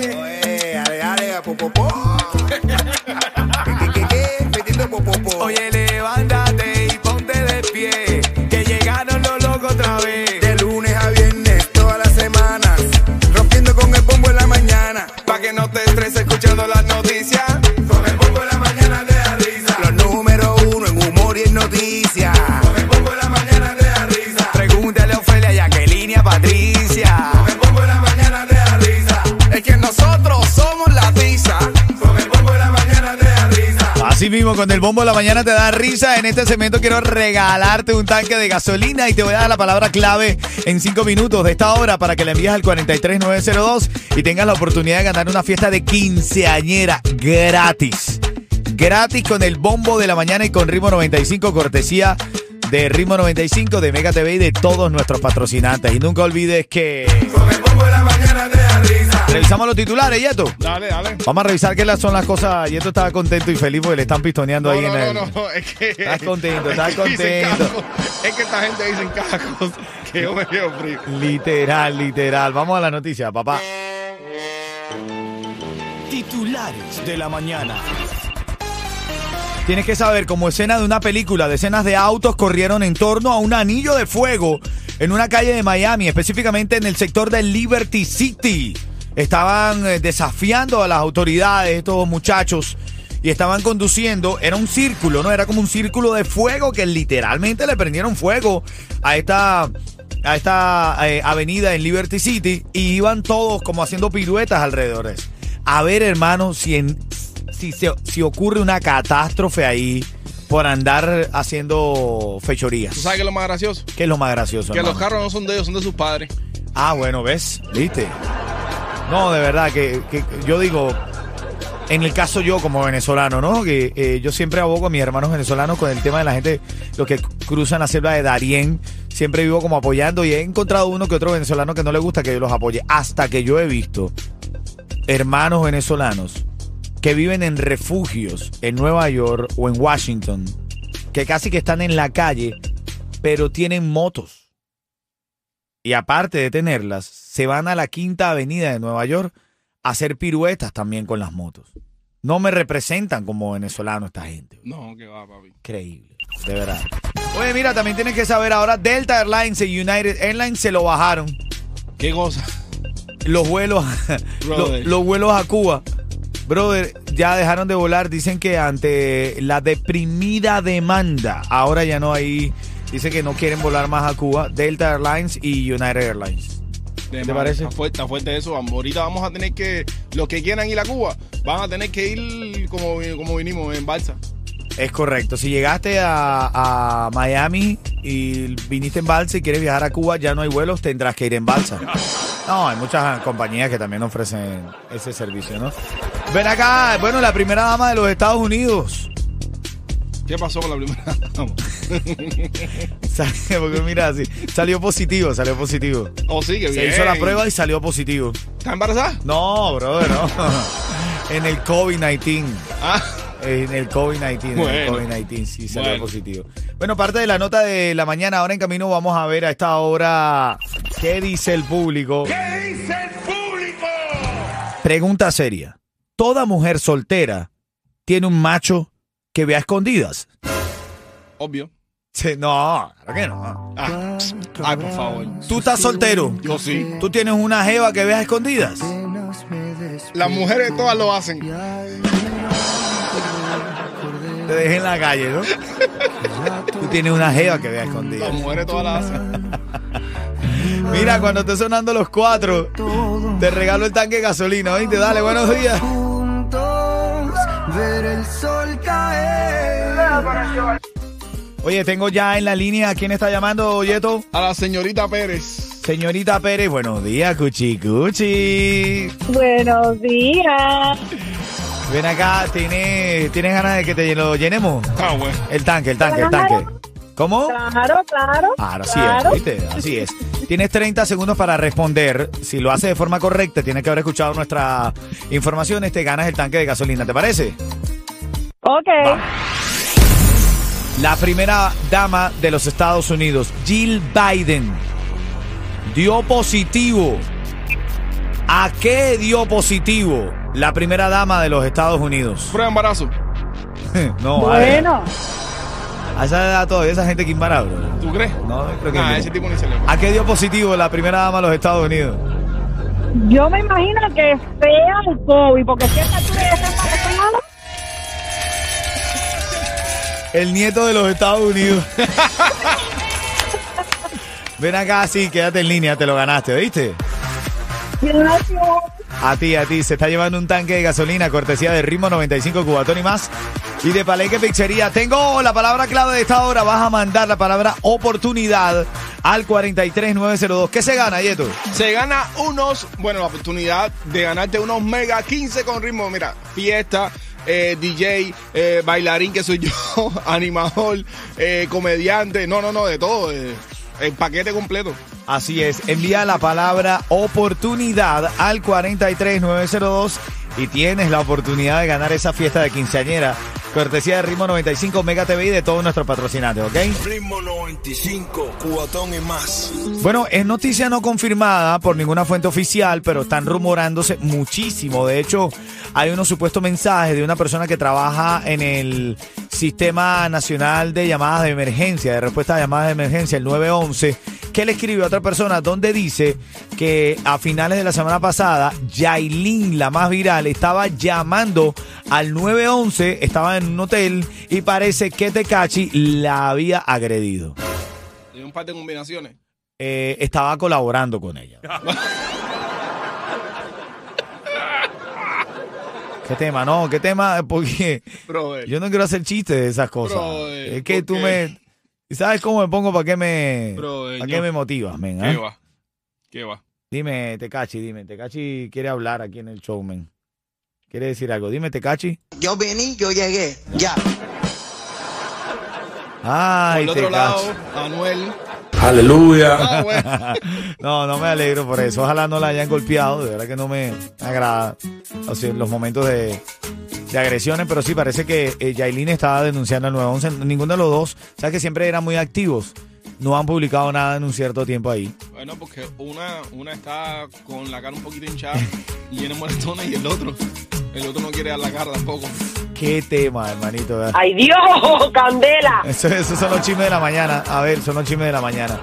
Oye, Eh, ale, ale, popopó. ¿Qué, qué, qué? Metiendo popopó. Oye, levántate y ponte de pie. Que llegaron los locos otra vez. De lunes a viernes, todas las semanas. Rompiendo con el bombo en la mañana. Pa' que no te estreses escuchando las noticias. Con el bombo en la mañana te da risa. Los número uno en humor y en noticias. Con el bombo en la mañana te da risa. Pregúntale a Ofelia y a Kelly, a Patricia. Con el bombo en la mañana te da risa. Es que nosotros somos la tiza. Con el bombo en la mañana te da risa. Así mismo, con el bombo de la mañana te da risa. En este segmento quiero regalarte un tanque de gasolina y te voy a dar la palabra clave en cinco minutos de esta hora para que la envíes al 43902 y tengas la oportunidad de ganar una fiesta de quinceañera gratis. Gratis con el bombo de la mañana y con Ritmo 95, cortesía de Ritmo 95, de Mega TV y de todos nuestros patrocinantes. Y nunca olvides que. Con el bombo en la mañana te da risa. Revisamos los titulares, Yeto. Dale, dale. Vamos a revisar qué son las cosas. Yeto estaba contento y feliz porque le están pistoneando No, ahí en no, el. no, no, es que. Estás contento, es que estás dicen cada contento. cosa- Es que esta gente dice cada cosa que yo me quedo frío. Literal, literal. Vamos a la noticia, papá. Titulares de la mañana. Tienes que saber, como escena de una película, decenas de autos corrieron en torno a un anillo de fuego en una calle de Miami, específicamente en el sector de Liberty City. Estaban eh, desafiando a las autoridades, estos muchachos, y estaban conduciendo. Era un círculo, ¿no? Era como un círculo de fuego que literalmente le prendieron fuego a esta, a esta eh, avenida en Liberty City y iban todos como haciendo piruetas alrededor de eso. A ver, hermano, si en si, se- si ocurre una catástrofe ahí por andar haciendo fechorías. ¿Tú sabes qué es lo más gracioso? ¿Qué es lo más gracioso? Que los hermano? carros no son de ellos, son de sus padres. Ah, bueno, ¿ves? ¿Viste? No, de verdad, que, que yo digo, en el caso yo como venezolano, ¿no? Que eh, yo siempre abogo a mis hermanos venezolanos con el tema de la gente, los que cruzan la selva de Darién, siempre vivo como apoyando y he encontrado uno que otro venezolano que no le gusta que yo los apoye, hasta que yo he visto hermanos venezolanos que viven en refugios en Nueva York o en Washington, que casi que están en la calle, pero tienen motos y aparte de tenerlas, se van a la Quinta Avenida de Nueva York a hacer piruetas también con las motos. No me representan como venezolano esta gente. No, que va, papi. Increíble, de verdad. Oye, mira, también tienes que saber ahora, Delta Airlines y United Airlines se lo bajaron. Qué cosa. Los vuelos, lo- Brother. los vuelos a Cuba. Brother, ya dejaron de volar. Dicen que ante la deprimida demanda, ahora ya no hay. Dicen que no quieren volar más a Cuba. Delta Airlines y United Airlines. De ¿Te man, parece? Está fuerte, está fuerte eso. vamos. Ahorita vamos a tener que. Los que quieran ir a Cuba van a tener que ir como, como vinimos, en balsa. Es correcto. Si llegaste a, a Miami y viniste en balsa y quieres viajar a Cuba, ya no hay vuelos, tendrás que ir en balsa. No, hay muchas compañías que también ofrecen ese servicio, ¿no? Ven acá, bueno, la primera dama de los Estados Unidos. ¿Qué pasó con la primera? Vamos. Sal- Porque mira, así, salió positivo, salió positivo. oh, sí, que Se bien. hizo la prueba y salió positivo. ¿Está embarazada? No, brother, no. En el COVID-19. Ah, En el COVID-19, en el Bueno. COVID-19, sí, salió Bueno. positivo. Bueno, parte de la nota de la mañana, ahora en camino vamos a ver a esta hora qué dice el público. ¿Qué dice el público? Pregunta seria. ¿Toda mujer soltera tiene un macho que vea escondidas? obvio. Sí, no, claro que no. Ah, ay, por favor. ¿Tú estás soltero? Yo sí. ¿Tú tienes una jeva que veas escondidas? Las mujeres todas lo hacen. Te dejé en la calle, ¿no? Tú tienes una jeva que vea escondida. Las mujeres todas las hacen. Mira, cuando esté sonando los cuatro, te regalo el tanque de gasolina, ¿oíste? Dale, buenos días. Juntos, ver el sol caer. Oye, tengo ya en la línea a quién está llamando, Oyeto. A la señorita Pérez. Señorita Pérez, buenos días, Cuchi Cuchi. Buenos días. Ven acá, ¿tienes, ¿tienes ganas de que te lo llenemos? Ah, bueno. El tanque, el tanque, el tanque. ¿Cómo? Claro, claro. Ahora sí claro. es, ¿viste? Así es. Tienes 30 segundos para responder. Si lo haces de forma correcta, tienes que haber escuchado nuestra información. Te ganas el tanque de gasolina, ¿te parece? Ok. La primera dama de los Estados Unidos, Jill Biden, dio positivo. ¿A qué dio positivo la primera dama de los Estados Unidos? Prueba de embarazo. No, bueno, a, a esa edad todavía esa gente que imparable. ¿Tú crees? No, creo que Ah, no. ese tipo ni se le ¿A qué dio positivo la primera dama de los Estados Unidos? yo me imagino que sea el COVID, porque si esta tú eres embarazada, El nieto de los Estados Unidos. Ven acá, sí, quédate en línea, te lo ganaste, ¿viste? gracias. A ti, a ti, se está llevando un tanque de gasolina, cortesía de Ritmo 95 Cubatón y más. Y de Palenque Pizzería, tengo la palabra clave de esta hora. Vas a mandar la palabra oportunidad al 43902. ¿Qué se gana, Yeto? Se gana unos, bueno, la oportunidad de ganarte unos mega 15 con ritmo. Mira, fiesta, eh, DJ, eh, bailarín que soy yo, animador, eh, comediante, no, no, no, de todo. eh, el paquete completo. Así es, envía la palabra oportunidad al 43902 y tienes la oportunidad de ganar esa fiesta de quinceañera. Cortesía de Ritmo 95, Mega TV y de todos nuestros patrocinantes, ¿ok? Ritmo 95, cubatón y más. Bueno, es noticia no confirmada por ninguna fuente oficial, pero están rumorándose muchísimo. De hecho, hay unos supuestos mensajes de una persona que trabaja en el Sistema Nacional de Llamadas de Emergencia, de respuesta a llamadas de emergencia, el 911, que le escribió a otra persona donde dice que a finales de la semana pasada, Yailin, la más viral, estaba llamando al 911, estaba en un hotel y parece que Tecachi la había agredido Hay un par de combinaciones. eh, estaba colaborando con ella. ¿Qué tema? No, ¿qué tema? Porque Brother. yo no quiero hacer chistes de esas cosas. Brother, es que ¿por tú qué? me... ¿Sabes cómo me pongo? ¿Para qué me, Brother, ¿para eh, yo- qué me motivas, men? ah? ¿Qué va? ¿Qué va? Dime, Tecachi, dime. Tecachi quiere hablar aquí en el show, men. Quiere decir algo. Dime, Tecachi. Yo vení, yo llegué. Ya. Ay, Por el otro lado, Tecachi. Anuel. Aleluya. Ah, bueno. No, no me alegro por eso. Ojalá no la hayan golpeado. De verdad que no me agrada o sea, los momentos de, de agresiones. Pero sí, parece que eh, Yailin estaba denunciando al 911. Ninguno de los dos, sabes que siempre eran muy activos. No han publicado nada en un cierto tiempo ahí. Bueno, porque una, una está con la cara un poquito hinchada y viene molestona y el otro. El otro no quiere dar la cara tampoco. Qué tema, hermanito. ¿verdad? ¡Ay, Dios! ¡Candela! Eso- Esos son los chismes de la mañana. A ver, son los chismes de la mañana.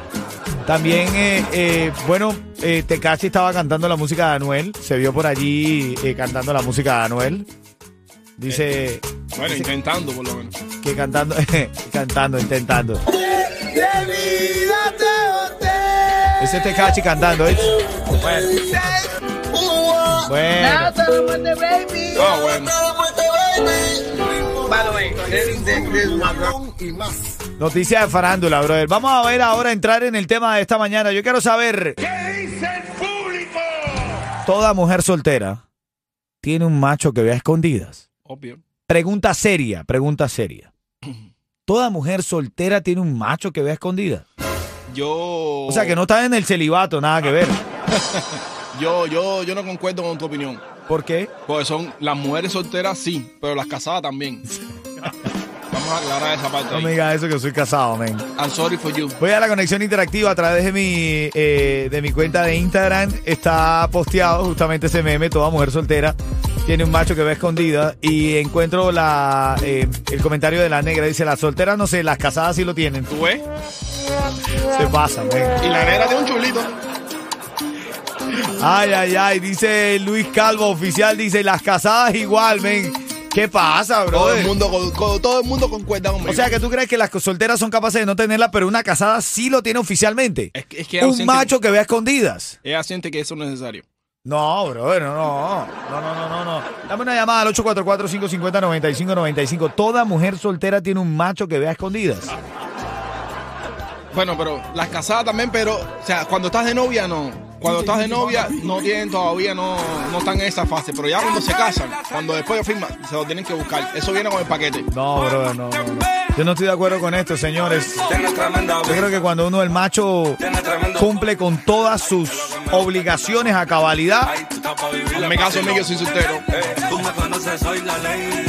También, eh, eh, bueno, eh, Tekashi estaba cantando la música de Anuel. Se vio por allí eh, cantando la música de Anuel. Dice... Bueno, intentando por lo menos. que cantando, cantando, intentando. Ese es Tecachi cantando, ¿eh? Bueno. Ah, bueno. Noticia de farándula, brother. Vamos a ver ahora entrar en el tema de esta mañana. Yo quiero saber. ¿Qué dice el público? Toda mujer soltera tiene un macho que vea escondidas. Obvio. Pregunta seria, pregunta seria. Toda mujer soltera tiene un macho que vea escondidas. Yo. O sea que no está en el celibato, nada que ver. Yo, yo, yo no concuerdo con tu opinión. ¿Por qué? Porque son las mujeres solteras, sí, pero las casadas también. Vamos a aclarar esa parte. No me ahí. digas eso que soy casado, men. I'm sorry for you. Voy a la conexión interactiva a través de mi, eh, de mi cuenta de Instagram. Está posteado justamente ese meme, toda mujer soltera. Tiene un macho que va escondida y encuentro la, eh, el comentario de la negra. Dice, las solteras no sé, las casadas sí lo tienen. ¿Tú ves? Se pasan, men. Y la negra tiene un chulito. Ay, ay, ay. Dice Luis Calvo, oficial, dice, las casadas igual, men. ¿Qué pasa, bro? Todo el mundo, con- con- todo el mundo concuerda conmigo. O sea, que tú crees que las solteras son capaces de no tenerla, pero una casada sí lo tiene oficialmente. Es que- es que un ausente- macho que vea escondidas. Ella siente que eso no es necesario. No, bro, no, no, no, no, no, no, no. Dame una llamada al 844-550-9595. Toda mujer soltera tiene un macho que vea escondidas. Bueno, pero las casadas también, pero, o sea, cuando estás de novia, no. Cuando estás de novia, no tienen todavía, no, no están en esa fase. Pero ya cuando se casan, cuando después firman, se lo tienen que buscar. Eso viene con el paquete. No, bro, no, no, no. Yo no estoy de acuerdo con esto, señores. Tiene tremenda Yo creo que cuando uno, el macho, cumple con todas sus obligaciones a cabalidad, En mi caso, Miguel, soy soltero. Tú me Eh, conoces, soy la ley.